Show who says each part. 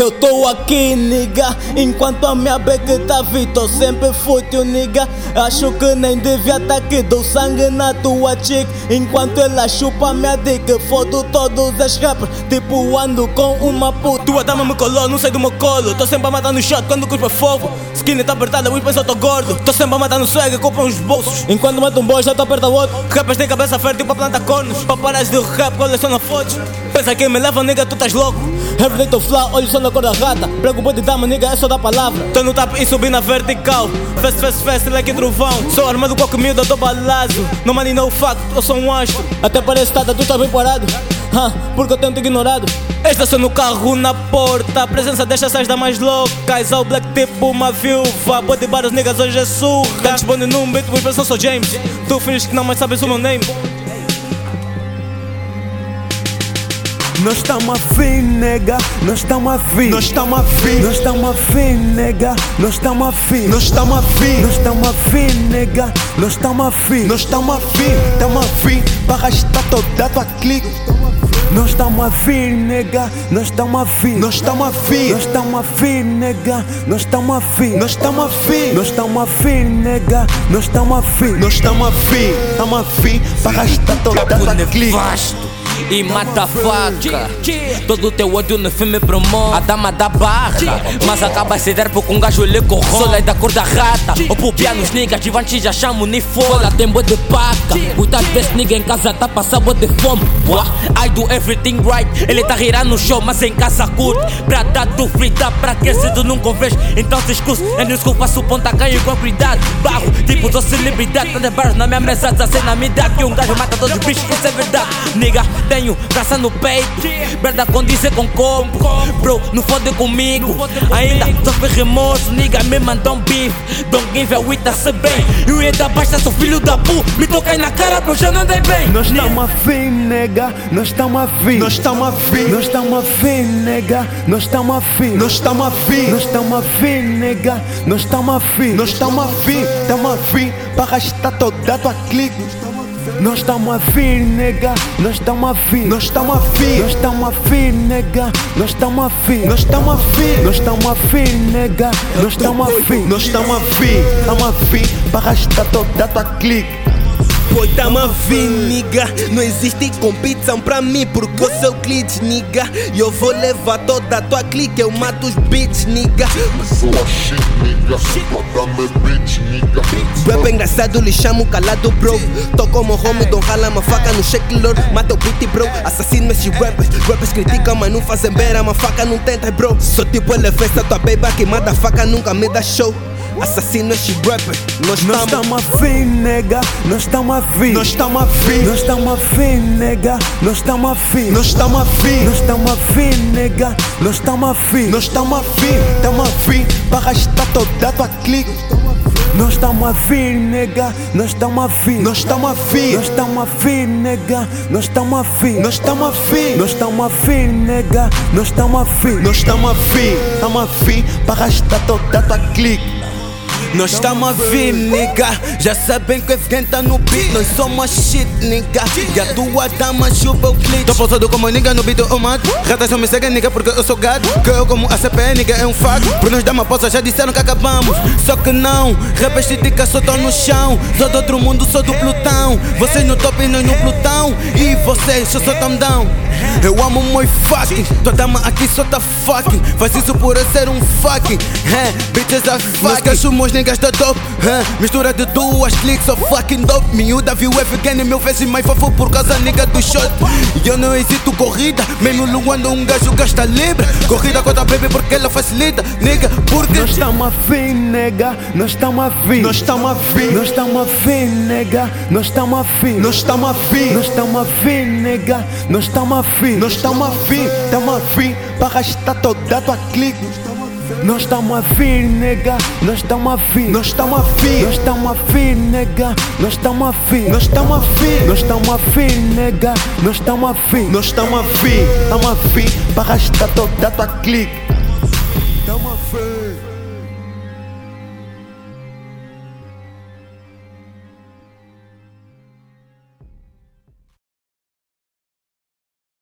Speaker 1: Eu tô aqui, nigga, enquanto a minha beca tá vita. Eu sempre fui teu nigga. Acho que nem devia tá aqui. Dou sangue na tua chick. Enquanto ela chupa minha dica, fodo todos as rappers. Tipo, ando com uma puta. Tua dama me colou, não sei do meu colo. Tô sempre a matar no shot quando cuspa fogo. Skinny tá apertada, o pensa eu tô gordo. Tô sempre a matar no swag, compra uns bolsos. Enquanto mata um boy, já tô aperta outro. Rappers tem cabeça fértil pra plantar cornos. Paparazzi do rap, coleciona fotos. Pensa que me leva, nigga, tu estás louco. Everyday to fly, olho só na cor da rata Preocupa de dama, nigga, é só da palavra Tô no tap e subi na vertical Fast, fast, fast, like trovão Sou armado com a comida, tô balazo No money, no fact, eu sou um astro Até parece tada, tu estás bem parado Hã, Porque eu tenho te ignorado Estação no carro, na porta A presença desta sais da mais loucas Ao black tipo uma viúva Body bar, os niggas hoje é surra Cantes bonde num beat, mas pensam sou James Tu finges que não mais sabes o meu name
Speaker 2: Nós estamos a fim, nega, nós estamos a fim.
Speaker 3: Nós estamos a fim.
Speaker 2: Nós estamos a fim, nega, nós estamos a fim.
Speaker 3: Nós estamos a fim.
Speaker 2: Nós estamos a fim, nega, nós estamos a fim.
Speaker 3: Nós estamos a fim. Estamos a fim para arrastar toda a tua clique.
Speaker 2: Nós estamos a fim, nega, nós estamos a fim.
Speaker 3: Nós estamos a fim.
Speaker 2: Nós estamos a fim, nega, nós estamos a fim.
Speaker 3: Nós estamos a fim.
Speaker 2: Nós estamos a fim, nega, nós estamos a fim.
Speaker 3: Nós estamos a fim. Estamos a fim para arrastar toda a tua clique.
Speaker 4: e mata a faca. Todo teu ódio no filme promove a dama da barra. Mas acaba se der porque um gajo lhe corrompe. Sou da cor da rata. Ou pupiar nos niggas, Givenchy já chamo nem fora. Ela tem boi de paca. Muitas vezes nigga em casa tá passando boi de fome. Boa, I do everything right. Ele tá rirando no show, mas em casa curte. Pra dar dúvida, pra que se tu nunca vês. Então se escuso, é nisso que eu faço ponta ganho e propriedade. Barro, tipo sou celebridade. Tantas barras na minha mesa, 16 na minha idade. Que um gajo mata todos os bichos, isso é verdade. Nigga, tenho praça no peito Verdade quando isso é com combo Bro, não fode comigo Ainda sofre remorso, nigga, me mandam beef Don't give a wita se bem Eu ia dar basta, sou filho da pu Me toquei na cara, bro, já não dei bem
Speaker 2: Nós estamos a fim, nega, nós estamos a fim.
Speaker 3: Nós estamos a fim.
Speaker 2: Nós estamos a fim, nega, nós estamos a fim.
Speaker 3: Nós estamos a fim.
Speaker 2: Nós estamos a fim, nega, nós estamos a fim.
Speaker 3: Nós estamos a fim. Estamos a fim para arrastar toda a tua clique.
Speaker 2: Nós estamos a fim, nega, nós estamos a fim.
Speaker 3: Nós estamos a fim.
Speaker 2: Nós estamos a fim, nega, nós estamos a fim.
Speaker 3: Nós estamos a fim.
Speaker 2: Nós tá estamos a fim, nega, nós estamos a fim.
Speaker 3: Nós estamos a fim. Estamos a fim para arrastar toda a tua clique.
Speaker 5: Pois tá uma viniga, não existe competição pra mim porque eu sou clique, niga. E eu vou levar toda a tua clique, eu mato os beats, niga.
Speaker 6: Sou a shit, nigga. Bottom bitch, nigga.
Speaker 5: Rap é engraçado, lhe chamo calado, bro. Tô como homo, Don rala uma faca no shake lord. Mata o beat, bro. Assassino esses rappers. Rappers criticam, mas não fazem beira, uma faca não tenta, bro. Sou tipo elefante, tua baby que mata a faca, nunca me dá show. Assassino esses rappers, nós
Speaker 2: Nós
Speaker 5: tamo.
Speaker 2: estamos a fim, nega, nós estamos a fim.
Speaker 3: Nós estamos a fim.
Speaker 2: Nós estamos a fim, nega, nós estamos a fim.
Speaker 3: Nós estamos a fim.
Speaker 2: Nós estamos a fim, nega, nós estamos a fim.
Speaker 3: Nós estamos a fim. Estamos a fim para arrastar toda a tua clique.
Speaker 2: Nós estamos a fim, nega, nós estamos a fim.
Speaker 3: Nós estamos a fim.
Speaker 2: Nós estamos a fim, nega, nós estamos a fim.
Speaker 3: Nós estamos a fim.
Speaker 2: Nós estamos a fim, nega, nós estamos a fim.
Speaker 3: Nós estamos a fim. Estamos a fim para arrastar toda a tua clique.
Speaker 5: Nós estamos a vir, nigga. Já sabem que quem tá no beat. Nós somos shit, nigga. E a tua dama chupa o clique.
Speaker 3: Tô pousado como ninguém no beat eu mato Ratas não me seguem, nigga, porque eu sou gado Que eu como ACP, nigga, é um fato Por nós dar uma pausa, já disseram que acabamos Só que não, é rappers critica, só tô no chão Sou do outro mundo, sou do Plutão Vocês no top e nós no Plutão E vocês, eu sou tandão Eu amo muito fucking Tua dama aqui só tá fucking Faz isso por eu ser um fucking é, Bitches are fucking Nós meus niggas da dope é, Mistura de duas cliques, of fucking dope Miúda viu Evgeny, meu vez e mais fofo Por causa nigga do shot E eu não hesito corrida Mesmo Luanda um gajo gasta libra Corrida contra a baby porque ela facilita Nigga, porque
Speaker 2: Nós estamos a fim, nega, nós estamos a fim.
Speaker 3: Nós tá estamos a fim
Speaker 2: Nós estamos a fim, nega, nós estamos a fim.
Speaker 3: Nós tá estamos a fim
Speaker 2: Nós estamos a fim, nega, nós tá estamos a fim.
Speaker 3: Nós tá estamos a fim Estamos a fim Para arrastar toda a tua clique
Speaker 2: Nós estamos a fim, nega, nós estamos a fim.
Speaker 3: Nós tá estamos a fim
Speaker 2: Nós estamos a fim, nega, nós estamos a fim.
Speaker 3: Nós tá estamos a fim
Speaker 2: Nós estamos a fim, nega, nós tá estamos a fim.
Speaker 3: Nós estamos a fim Estamos a fim Para arrastar toda a tua clique